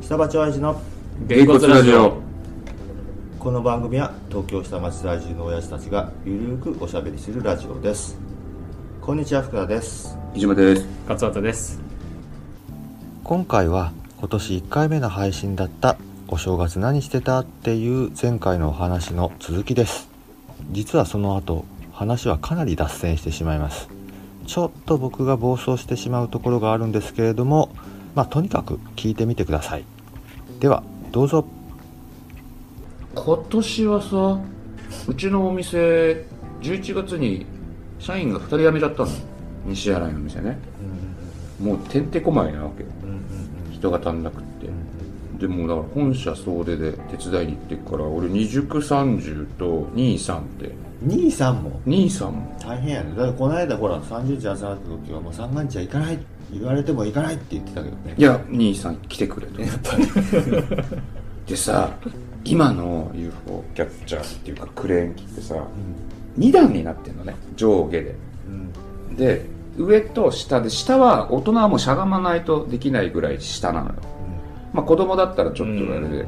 下町愛知のげんこつラジオこの番組は東京下町在住の親父たちがゆるーくおしゃべりするラジオですこんにちは福田ですいじまです勝畑です今回は今年1回目の配信だったお正月何してたっていう前回のお話の続きです実はその後話はかなり脱線してしまいますちょっと僕が暴走してしまうところがあるんですけれどもまあとにかく聞いてみてくださいではどうぞ今年はさうちのお店11月に社員が2人辞めちゃったの西新井の店ねもうてんてこまいなわけ人が足んなくってでもうだから本社総出で手伝いに行ってっから俺二塾三十と23って兄さんも23も大変やねだからこの間ほら30日朝だった時はもう三が日は行かない言われても行かないって言ってたけどねいや兄さん来てくれとやっぱり でさ今の UFO キャッチャーっていうかクレーン機ってさ2段になってんのね上下でうんで上と下で下は大人はもうしゃがまないとできないぐらい下なのよ、まあ、子供だったらちょっとあれで、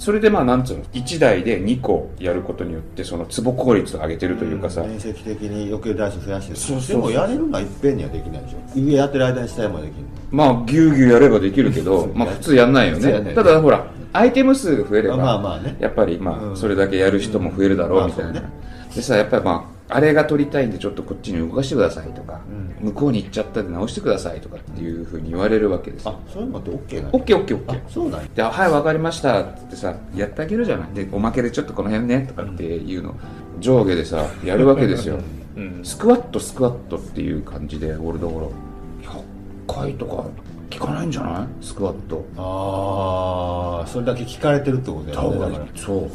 それでまあなんつうの1台で2個やることによってその坪効率を上げてるというかさ、面積的に余計台数増やしてるそうそうそうでもやれるのはいっぺんにはできないでしょ上やってる間に下へもできるまあぎゅうぎゅうやればできるけどまあ普通やんないよ普通やんねないただほらアイテム数が増えれば、まあまあねやっぱりうまんあそれだけやる人も増えるだろまあうみたいそうなねでさやっぱりまああれが取りたいんでちょっとこっちに動かしてくださいとか、向こうに行っちゃったんで直してくださいとかっていうふうに言われるわけですよあそういうのって OK なオのッケーオッケーオッケあーそうなんやで「はいわかりました」っつってさやってあげるじゃないでおまけでちょっとこの辺ねとかっていうの上下でさやるわけ ですよ、スクワットスクワットっていう感じで俺だから100回とか聞かないんじゃないスクワットああそれだけ聞かれてるってことだ多よねだ分からそう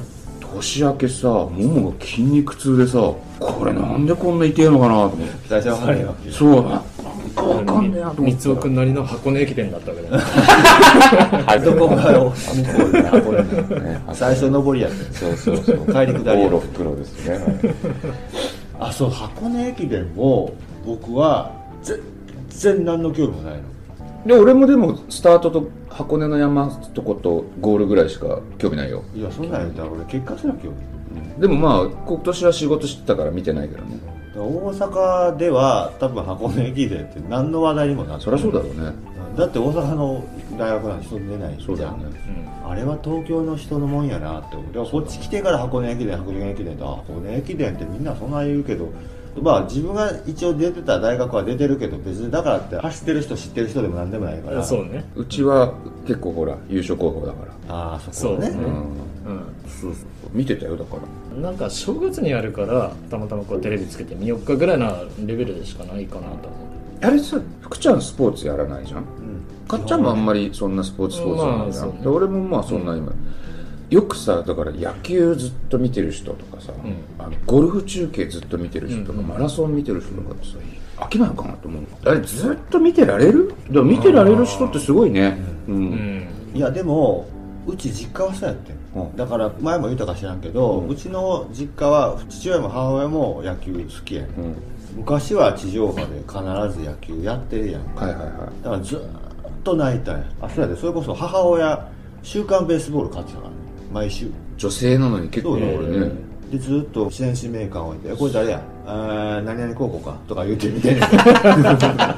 年明けさももが筋肉痛でさこれなんでこんな痛えのかなと思って最初は分かるよそうななんかわかんねえなと思三ってつくんなりの箱根駅伝だったわけだねどこがお向こうで 運んでるね最初上りやったそうそうそ帰うり下り往路袋ですねはいあそう箱根駅伝も僕は全然何の興味もないので俺もでもスタートと箱根の山とことゴールぐらいしか興味ないよいやそんなん言うたら俺結果すら興味ないでもまあ今年は仕事してたから見てないけどね大阪では多分箱根駅伝って何の話題にもなってそなりいゃそうだろうねだって大阪の大学なんて人出ないじゃんそうだよねあれは東京の人のもんやなって思うでもこっち来てから箱根駅伝箱根駅伝ってあ箱根駅伝ってみんなそんな言うけどまあ自分が一応出てた大学は出てるけど別にだからって走ってる人知ってる人でも何でもないからそうねうちは結構ほら優勝候補だからああそこねそううんうそうそうそう見てたよだからんなんか正月にやるからたまたまこうテレビつけてみようかぐらいなレベルでしかないかなと思うあれさ福ちゃんスポーツやらないじゃんうんかっちゃんもあんまりそんなスポーツスポーツやらないじゃん、まあそうねで俺もまあそんな今、よくさだから野球ずっと見てる人とかさ、んあのゴルフ中継ずっと見てる人とか、うんうんマラソン見てる人とかってさ飽きないのかなと思うあれずっと見てられるでも見てられる人ってすごいねうん、うんいやでもうち実家はそうやってん、うんだから前も言ったか知らんけど、うちの実家は父親も母親も野球好きやねん、うん昔は地上波で必ず野球やってるやんかはいはいはだからずーっと泣いたんやあそうやでそれこそ母親週刊ベースボール買ってたからね毎週い女性なのに結構そう俺だねよ、 でずーっと選手名鑑置いてえ「これ誰やあー何々高校か」とか言うてみ てんねん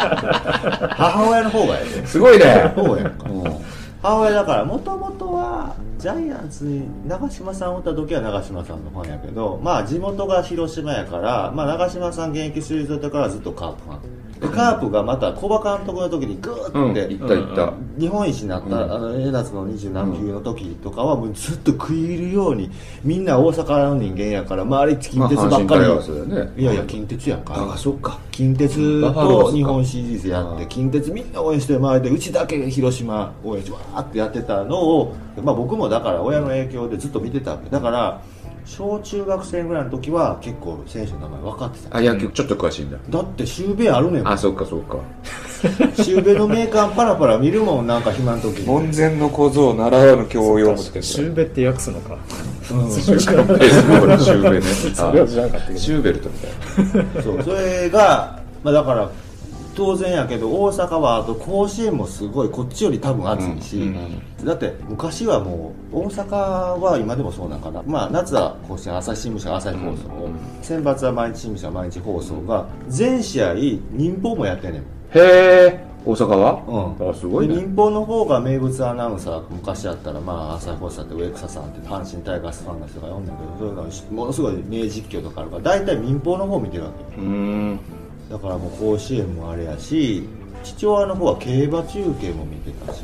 母親の方がやですごいねそうやんかうん母親だからもともとはジャイアンツに長嶋さんを打った時は長嶋さんのファンやけどまあ地元が広島やから、まあ、長嶋さん現役退いてからずっとカープファンでカープがまた小場監督の時にグうーんって、行った行った、日本一になった、あの江夏の27級の時とかはもうずっと食い入るようにみんな大阪の人間やから周りま近あ鉄阪ばっ神かタりイガよースだよねいやいや近鉄やんかああそっか近鉄バファローズとか日本シリーズやって近鉄みんな応援して前でうちだけ広島応援してわーってやってたのを、まあ、僕もだから親の影響でずっと見てたわけだから小中学生ぐらいの時は結構選手の名前分かってたあ野球ちょっと詳しいんだ、だってシュウベイあるねんもんあそっかそっかシュウベイのメーカーパラパラ見るもんなんか暇の時に前の小僧ならわぬ教養を持ってシューベって訳すのか ベースボールシューベねそれは知らなかったけどシューベルトみたいなそうそれが、まあ、だから当然やけど大阪はあと甲子園もすごいこっちより多分暑いし、うんだって昔はもう大阪は今でもそうなんかな、まあ、夏は甲子園朝日新聞社は朝日放送、うん選抜は毎日新聞社は毎日放送が全試合民放もやってんねんへえ大阪はうんあすごいでね民放の方が名物アナウンサー昔あったらまあ朝日放送だって上草さんって阪神タイガースファンの人が読んだけどそういうのはものすごい名実況とかあるから大体民放の方見てるわけようーんだからもう甲子園もあれやし父親の方は競馬中継も見てたし、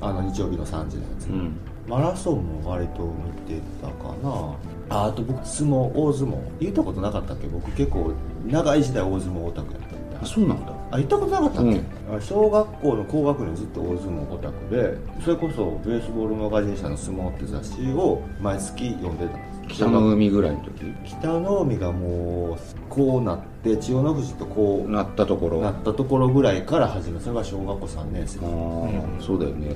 あの日曜日の3時のやつ、うんマラソンも割と見てたかなああと僕相撲大相撲言ったことなかったっけ僕結構長い時代大相撲オタクやったみたいあそうなんだあ言ったことなかったっけ、うんあ小学校の高学年ずっと大相撲オタクでそれこそベースボールマガジン社の「相撲」って雑誌を毎月読んでたんです北の海ぐらいの時北の海がもうこうなって千代の富士とこうなったところなったところぐらいから始めそれが小学校3年生あーそうだよね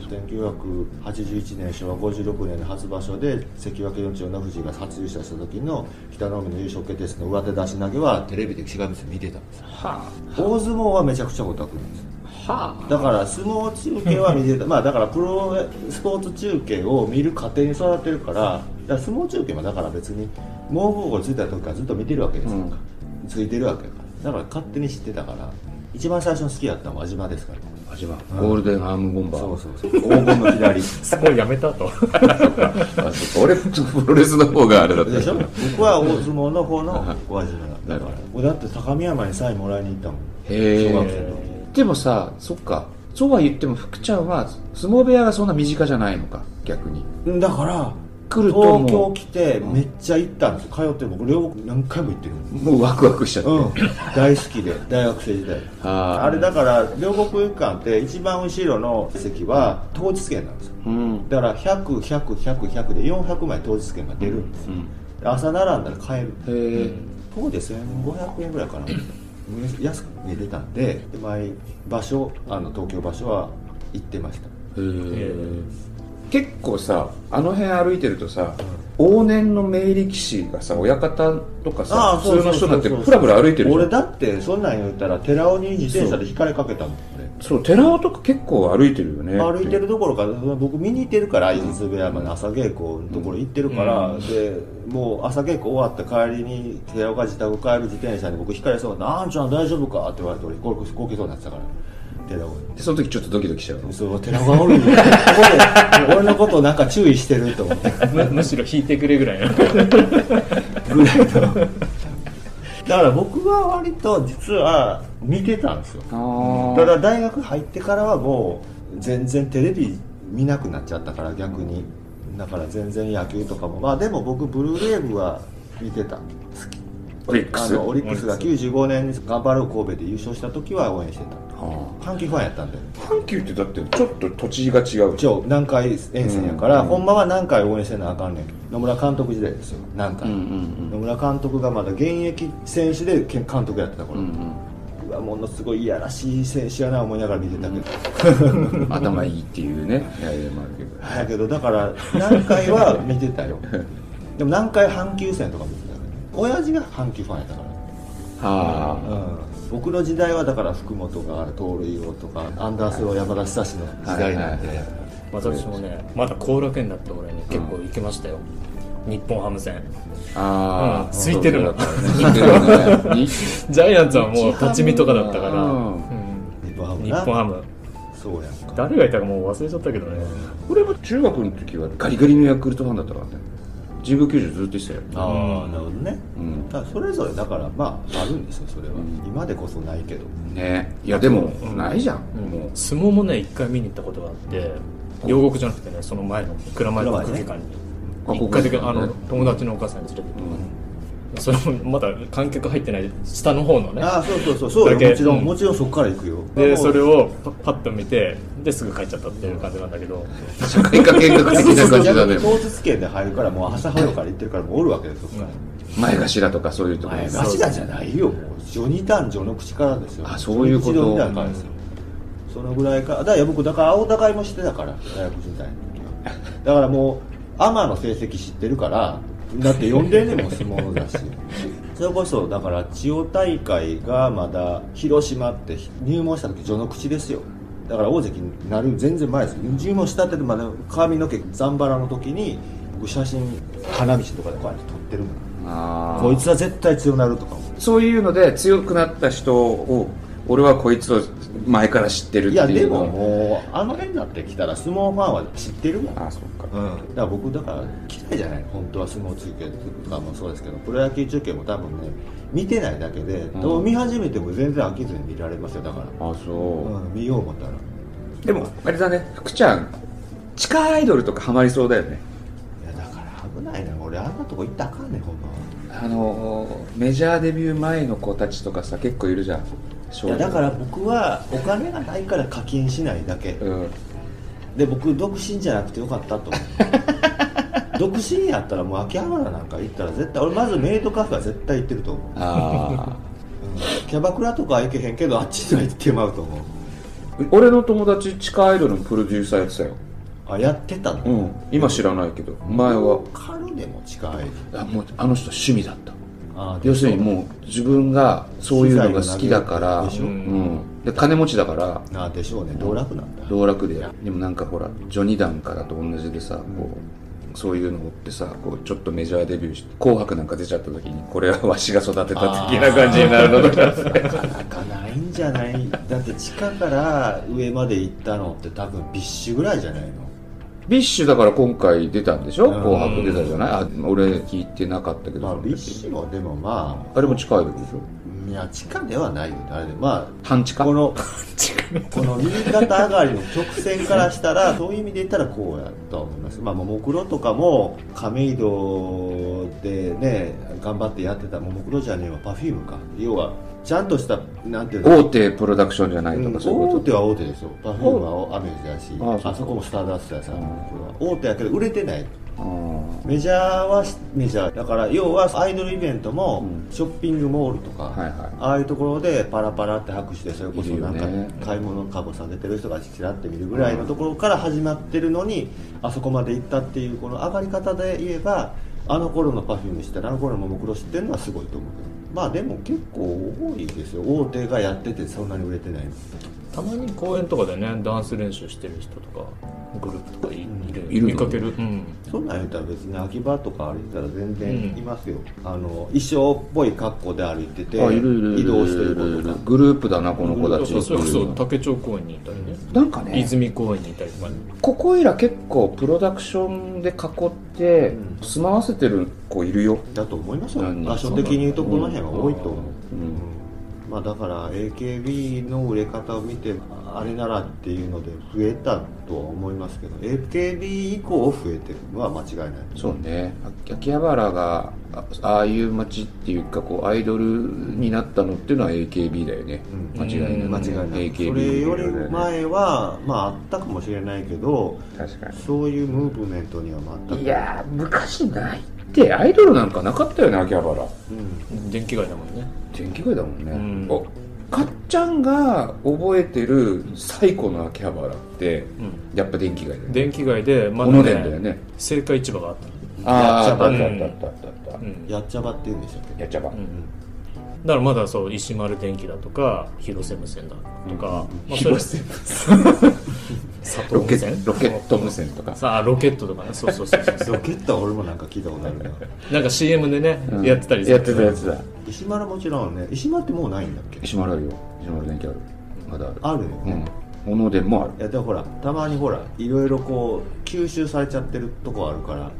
1981年昭和56年の初場所で関脇四千代の富士が初優勝した時の北の海の優勝決定戦の上手出し投げはテレビでしがみつ見てたんですは大相撲はめちゃくちゃオタクなんですよあはだから相撲中継は見てた まあだからプロスポーツ中継を見る過程に育ってるからだから相撲中継もだから別に盲方向ついた時からずっと見てるわけですから、ついてるわけだからだから勝手に知ってたから一番最初に好きやったのは輪島ですからあ味はゴールデンアームボンバーそうそうそう黄金の左すごいやめたとあそうか俺プロレスの方があれだったでしょ僕は大相撲の方の輪島だなだるかほら俺だって高見山にサインもらいに行ったもんへ小学え生の時でもさそっかそうは言っても福ちゃんは相撲部屋がそんな身近じゃないのか逆にだから来るともう東京来てめっちゃ行ったんですよ通って僕両国何回も行ってるんですもうワクワクしちゃって、うん、大好きで大学生時代あーあれだから両国館って一番後ろの席は当日券なんですようんだから100100100100で400枚当日券が出るんですよで朝並んだら買えるへえ、当で1500円ぐらいかな安く見れたんでで毎場所あの東京場所は行ってましたへええ結構さあの辺歩いてるとさ、往年の名力士がさ親方とかさ普通の人だってふらふら歩いてるじゃん俺だってそんなん言ったら寺尾に自転車で引かれかけたもん俺そう寺尾とか結構歩いてるよね歩いてるどころか僕見に行ってるから相津部屋まで朝稽古のところ行ってるから、でもう朝稽古終わった帰りに寺岡自宅帰る自転車に僕引かれそうになって「あんちゃん大丈夫か?」って言われて俺こけこけそうになってたから寺尾でその時ちょっとドキドキしちゃうのそう寺尾がおるんやここで俺のことなんか注意してると思って むむしろ引いてくれぐらいのぐらいのだから僕は割と実は見てたんですよあただ大学入ってからはもう全然テレビ見なくなっちゃったから逆にだから全然野球とかもまあでも僕ブルーレイブは見てたオリックあスのオリックスが95年に頑張ろう神戸で優勝した時は応援してたあ阪急ファンやったんで阪急ってだってちょっと土地が違う一応南海沿線やから、うんほんまは何回応援せなあかんねん野村監督時代ですよ何回、野ん村監督がまだ現役選手でけん監督やってた頃、うわものすごいいやらしい選手やな思いながら見てたけど、 うん頭いいっていうねいやいやまあけだどけどだから何回は見て たよでも何回阪急戦とか見てたよね親父が阪急ファンやったから、はうん、僕の時代はだから福本が盗塁王とかアンダースロー山田久志の時代なんで、はいはい私もねまだ後楽園だった俺に結構行きましたよ、日本ハム戦あああうん空いてるの空いてるよ ねジャイアンツはもう立ち見とかだったから、うん日本ハうんム日な本ハムそうやんか誰がいたかもう忘れちゃったけどね、俺も中学の時はガリガリのヤクルトファンだったからね神宮球場ずっとしてたよああなるほどね、うんただそれぞれだからまああるんですよそれは、今でこそないけどねいやでもないじゃんうんもう相撲もね一回見に行ったことがあって両国じゃなくてねその前の蔵前の国技館に蔵前ね一回だけああの国技友達のお母さんに連れてってもらってそれもまだ観客入ってない下の方のねああそうそうそうそうよだけもちろん、うんもちろんそこから行くよもでうそれをパパッと見てですぐ帰っちゃったっていう感じなんだけど社会科見学的な感じだ逆ねに当日券で入るからもう朝早くから行ってるからもうおるわけですよそこから、前頭とかそういうとこ前頭頭じゃないよもうジョニ男女の口からですよあそういうことジョニ男からですよそのぐらいからだからいや僕だから青高いもしてたから大学時代の時はだ からもうアマの成績知ってるからだって呼んでんねんもん相撲の雑誌それこそだから千代大会がまだ広島って入門した時序の口ですよだから大関になる全然前です入門したってまで髪の毛ざんばらの時に僕写真花道とかでこうやって撮ってるもんあこいつは絶対強なるとか思そういうので強くなった人を俺はこいつを前から知ってういるっていうやでものもうあの辺になってきたら相撲ファンは知ってるもんああそっかうん、だから僕だから嫌いじゃない本当は相撲中継とかもそうですけどプロ野球中継も多分ね見てないだけで、んどう見始めても全然飽きずに見られますよだから、あそうん、見よう思ったらう、でもあれだね福ちゃん地下アイドルとかハマりそうだよねいやだから危ないな俺あんなとこ行ったらあかんねんほんまはあのメジャーデビュー前の子たちとかさ結構いるじゃいんいやだから僕はお金がないから課金しないだけ、 うんで僕独身じゃなくてよかったと思 う独身やったらもう秋葉原なんか行ったら絶対俺まずメイドカフェは絶対行ってると思うあうんキャバクラとかは行けへんけどあっちには行ってまうと思うあ俺の友達地下アイドルのプロデューサーやってたよあやってたの、うん今知らないけど前はカルでも近いあもうあの人趣味だったあ要するにもう自分がそういうのが好きだからでしょうん、で金持ちだからああでしょうね道楽なんだ道楽ででもなんかほらジョニダンからと同じでさこうそういうのを追ってさこうちょっとメジャーデビューして「紅白」なんか出ちゃった時にこれはわしが育てた的な感じになるのとかなかなかないんじゃないだって地下から上まで行ったのって多分ビッシュぐらいじゃないのビッシュだから今回出たんでしょうん紅白出たじゃないあ俺聞いてなかったけどまあその時ビッシュもでもまあれも近いでしょあいや地下ではないよねあれでま半地あ下こ のこの右肩上がりの曲線からしたらそういう意味で言ったらこうやとは思いますまあももクロとかも亀戸でね頑張ってやってたももクロじゃねえわパフュームか要はちゃんとしたなんていうの大手プロダクションじゃないとかそういうこ大と手は大手ですよパフュームはアメージやしあああそうかそこもスターダストやさ、うんこれは大手やけど売れてないうんメジャーはメジャーだから要はアイドルイベントもうんショッピングモールとか、はいはいああいうところでパラパラって拍手でそれこそなんいるよねか買い物かご下げてる人がちらって見るぐらいのところから始まってるのにあそこまで行ったっていうこの上がり方で言えばあの頃のパフューム知ってるあの頃のももクロ知ってるのはすごいと思うけどまあでも結構多いですよ大手がやっててそんなに売れてないの たまに公園とかでねダンス練習してる人とかグループとかいいるいるの見かけるうんそんなん言ったら別に秋葉とか歩いてたら全うん然いますよ、あの衣装っぽい格好で歩いててあいるいるいる移動してる子とかグループだなこの子たちそうそうそう竹町公園にいたりねなんかね泉公園にいたりとかねここいら結構プロダクションで囲ってうん住まわせてる子いるよ、だと思いますよ何人場所的に言うとこの辺は多いと思う、うんうんまあ、だから AKB の売れ方を見てあれならっていうので増えたとは思いますけど AKB 以降増えてるのは間違いないそうね秋葉原があああいう街っていうかこうアイドルになったのっていうのは AKB だよね、うん間違いない、うん間違いない、 AKB それよりだね前はまああったかもしれないけど確かにそういうムーブメントには全くいやー昔ないってアイドルなんかなかったよね秋葉原うん電気街だもんね電気街だもんね、うんおかっちゃんが覚えてる最古の秋葉原ってうんやっぱ電気街だよね電気街でま小野電だよね青果市場があったのあああったあやっちゃばったあったあったあった、うんやっちゃばって言うんでしたっけやっちゃば、うんだからまだそう石丸電機だとか広瀬無線だとか、まあ、広瀬瀬 佐藤ロケ無ッ線トロケット無線とかさあロケットとかねそうそうそうそロうケットは俺もなんか聞いたことあるななんか CM でね、うんやってたりやってたやつだ石丸もちろんね石丸ってもうないんだっけ石丸あるよ石丸電気あるまだあるあるようね、ん小野電もあるいやでもほらたまにほらいろいろこう吸収されちゃってるとこあるから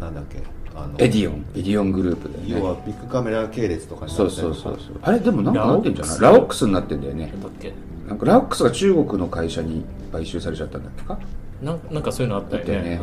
なんだっけあのエディオンエディオングループだ要よはねビッグカメラ系列とかになそっうてるそうそうそうあれでもなんかなってんじゃないララオオッッククスになってんだよねだっけなんかラオックスが中国の会社に買収されちゃったんだっけかなんなんかそういうのあったよねあったよね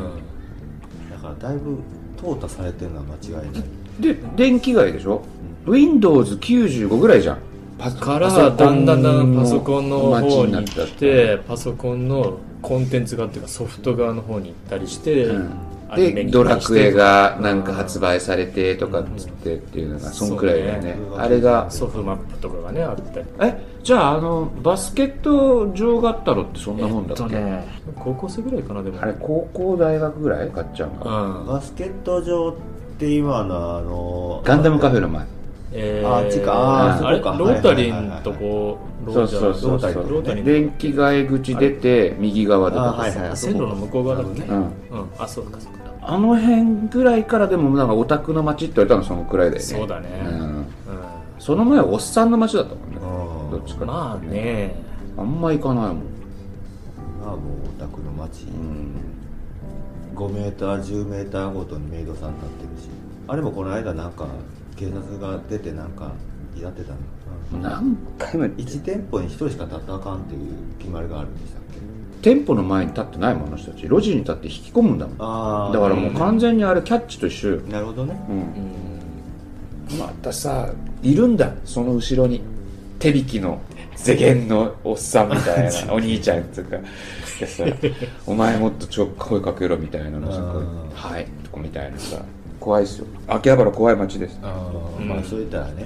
だからだいぶ淘汰されてるのは間違いないで電気街でしょ Windows95 ぐらいじゃんパうソん、コンからだんだんだんだんパソコンの街方になっ行っちゃてパソコンのコンテンツ側っていうかソフト側の方に行ったりして、うんアニメでにド行ったラりしてクエがなんか発売されてとかっつってっていうのがそんくらいだよねそうねあれがソフマップとかがねあったりえじゃああのバスケット場があったのってそんなもんだっけ、ね高校生ぐらいかなでもあれ高校大学ぐらいかっちゃんうがんバスケット場って今のあのガンダムカフェの前えあっちかあーあれそこかロータリーのとこ、ロそーうジそャうーそロうータそリーロータリうー電気街口出て右側であはいはい線路の向こう側だもんねなるうほどんうんあそうかそうかあの辺ぐらいからでもなんかオタクの街って言われたのそのくらいだよねそうだねんうその前はおっさんの街だったもんねうんどっちかんまあねあんま行かないもん、まあもうオタクの街、うん、 5メーター10メーターごとにメイドさん立ってるしあれもこの間なんか警察が出てなんかやってたの、何回も1店舗に1人しか立ったらあかんっていう決まりがあるんでしたっけ店舗の前に立ってないもんあの人たち路地に立って引き込むんだもんだあからもう完全にあれキャッチと一緒よ、なるほどねうんうんまたさいるんだその後ろに手引きの世間のおっさんみたいなお兄ちゃんとかでさ「お前もっとちょ声かけろ」みたいなのさうん「はい」とかみたいなさ怖いですよ秋葉原怖い街ですああうんまあそういったらね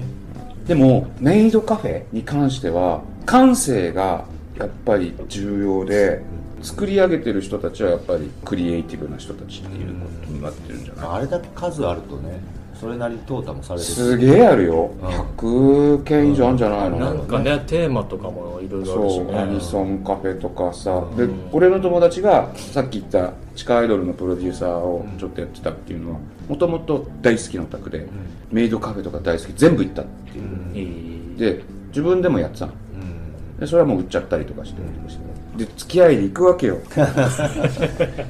でもメイドカフェに関しては感性がやっぱり重要で作り上げてる人たちはやっぱりクリエイティブな人たちっていうことになってるんじゃないあれだけ数あるとねそれなりに淘汰もされるすげえあるようん100件以上あるんじゃないの、うんなんかねテーマとかもいろいろあるしそうアニねソンカフェとかさ、うで俺の友達がさっき言った地下アイドルのプロデューサーをちょっとやってたっていうのはもともと大好きなオタクで、メイドカフェとか大好き全部行ったっていうう、んいいで自分でもやってたのうんでそれはもう売っちゃったりとかして、で付き合いで行くわけ よ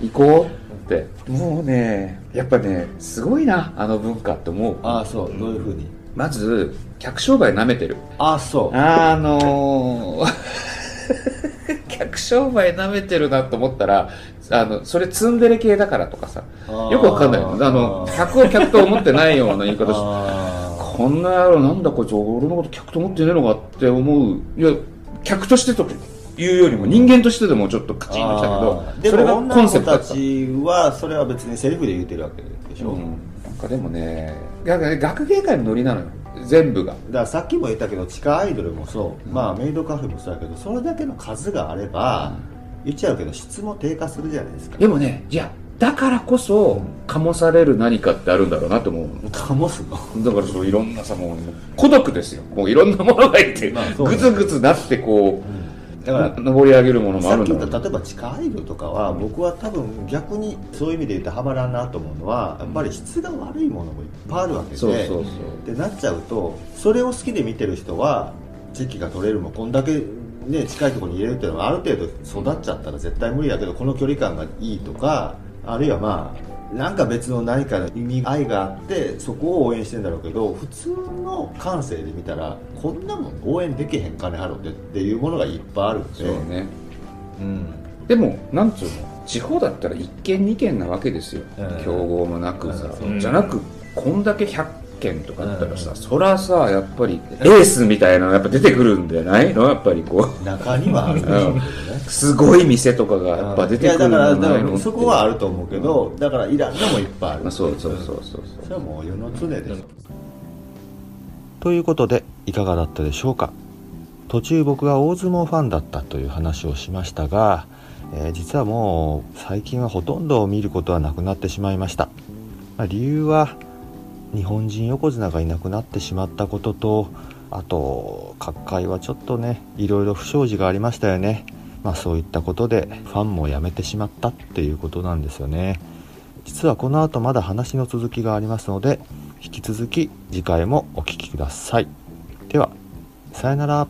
行こうってもうねやっぱねすごいなあの文化って思うああそうどういうふうにまず客商売舐めてるああそうあのー 客商売舐めてるなと思ったらあのそれツンデレ系だからとかさあーよくわかんないあのあー客を客と思ってないような言い方してあこんな野郎なんだこいつ俺のこと客と思ってねえのかって思ういや客としてというよりも人間としてでもちょっとカチンときたけどでそれがもコ女ンのセ子プトだたったちはそれは別にセリフで言うてるわけでしょ、うんなんかでもねなんかね学芸会のノリなのよ全部がだからさっきも言ったけど地下アイドルもそう、まあメイドカフェもそうだけどそれだけの数があれば、言っちゃうけど質も低下するじゃないですかでもねいやだからこそ醸される何かってあるんだろうなと思うの醸すのだからそういろんなさもう孤独ですよもういろんなものがいて、まあそうぐねつぐつなってこう、だから登り上げるものもあさるっき言んっだろうた例えば地下アイドルとかは僕は多分逆にそういう意味で言うとハマらんなと思うのはやっぱり質が悪いものもいっぱいあるわけでそうそうそうってなっちゃうとそれを好きで見てる人は時期が取れるもこんだけ、ね、近いところに入れるっていうのはある程度育っちゃったら絶対無理だけどこの距離感がいいとかあるいはまあなんか別の何かの意味合いがあってそこを応援してんだろうけど普通の感性で見たらこんなもん応援できへん金払ってっていうものがいっぱいあるんでそうねうんでもなんつうの地方だったら1軒2軒なわけですよ、うん競合もなくさ、うんじゃなくこんだけ100軒とかだったらさ、うんそらさやっぱりエースみたいなのやっぱ出てくるんじゃないのやっぱりこう中にはあるでしょうけどねすごい店とかがやっぱ出てくるんいじやだゃからなだいかのらそこはあるとう、思うけど、だからいらんのもいっぱいある、まあ、そうそうそうそうそうそれはもう世の常ですうんということでいかがだったでしょうか途中僕が大相撲ファンだったという話をしましたが、えー実はもう最近はほとんど見ることはなくなってしまいました、まあ、理由は日本人横綱がいなくなってしまったこととあと各界はちょっとねいろいろ不祥事がありましたよねまあそういったことでファンも辞めてしまったっていうことなんですよね実はこの後まだ話の続きがありますので引き続き次回もお聞きくださいではさよなら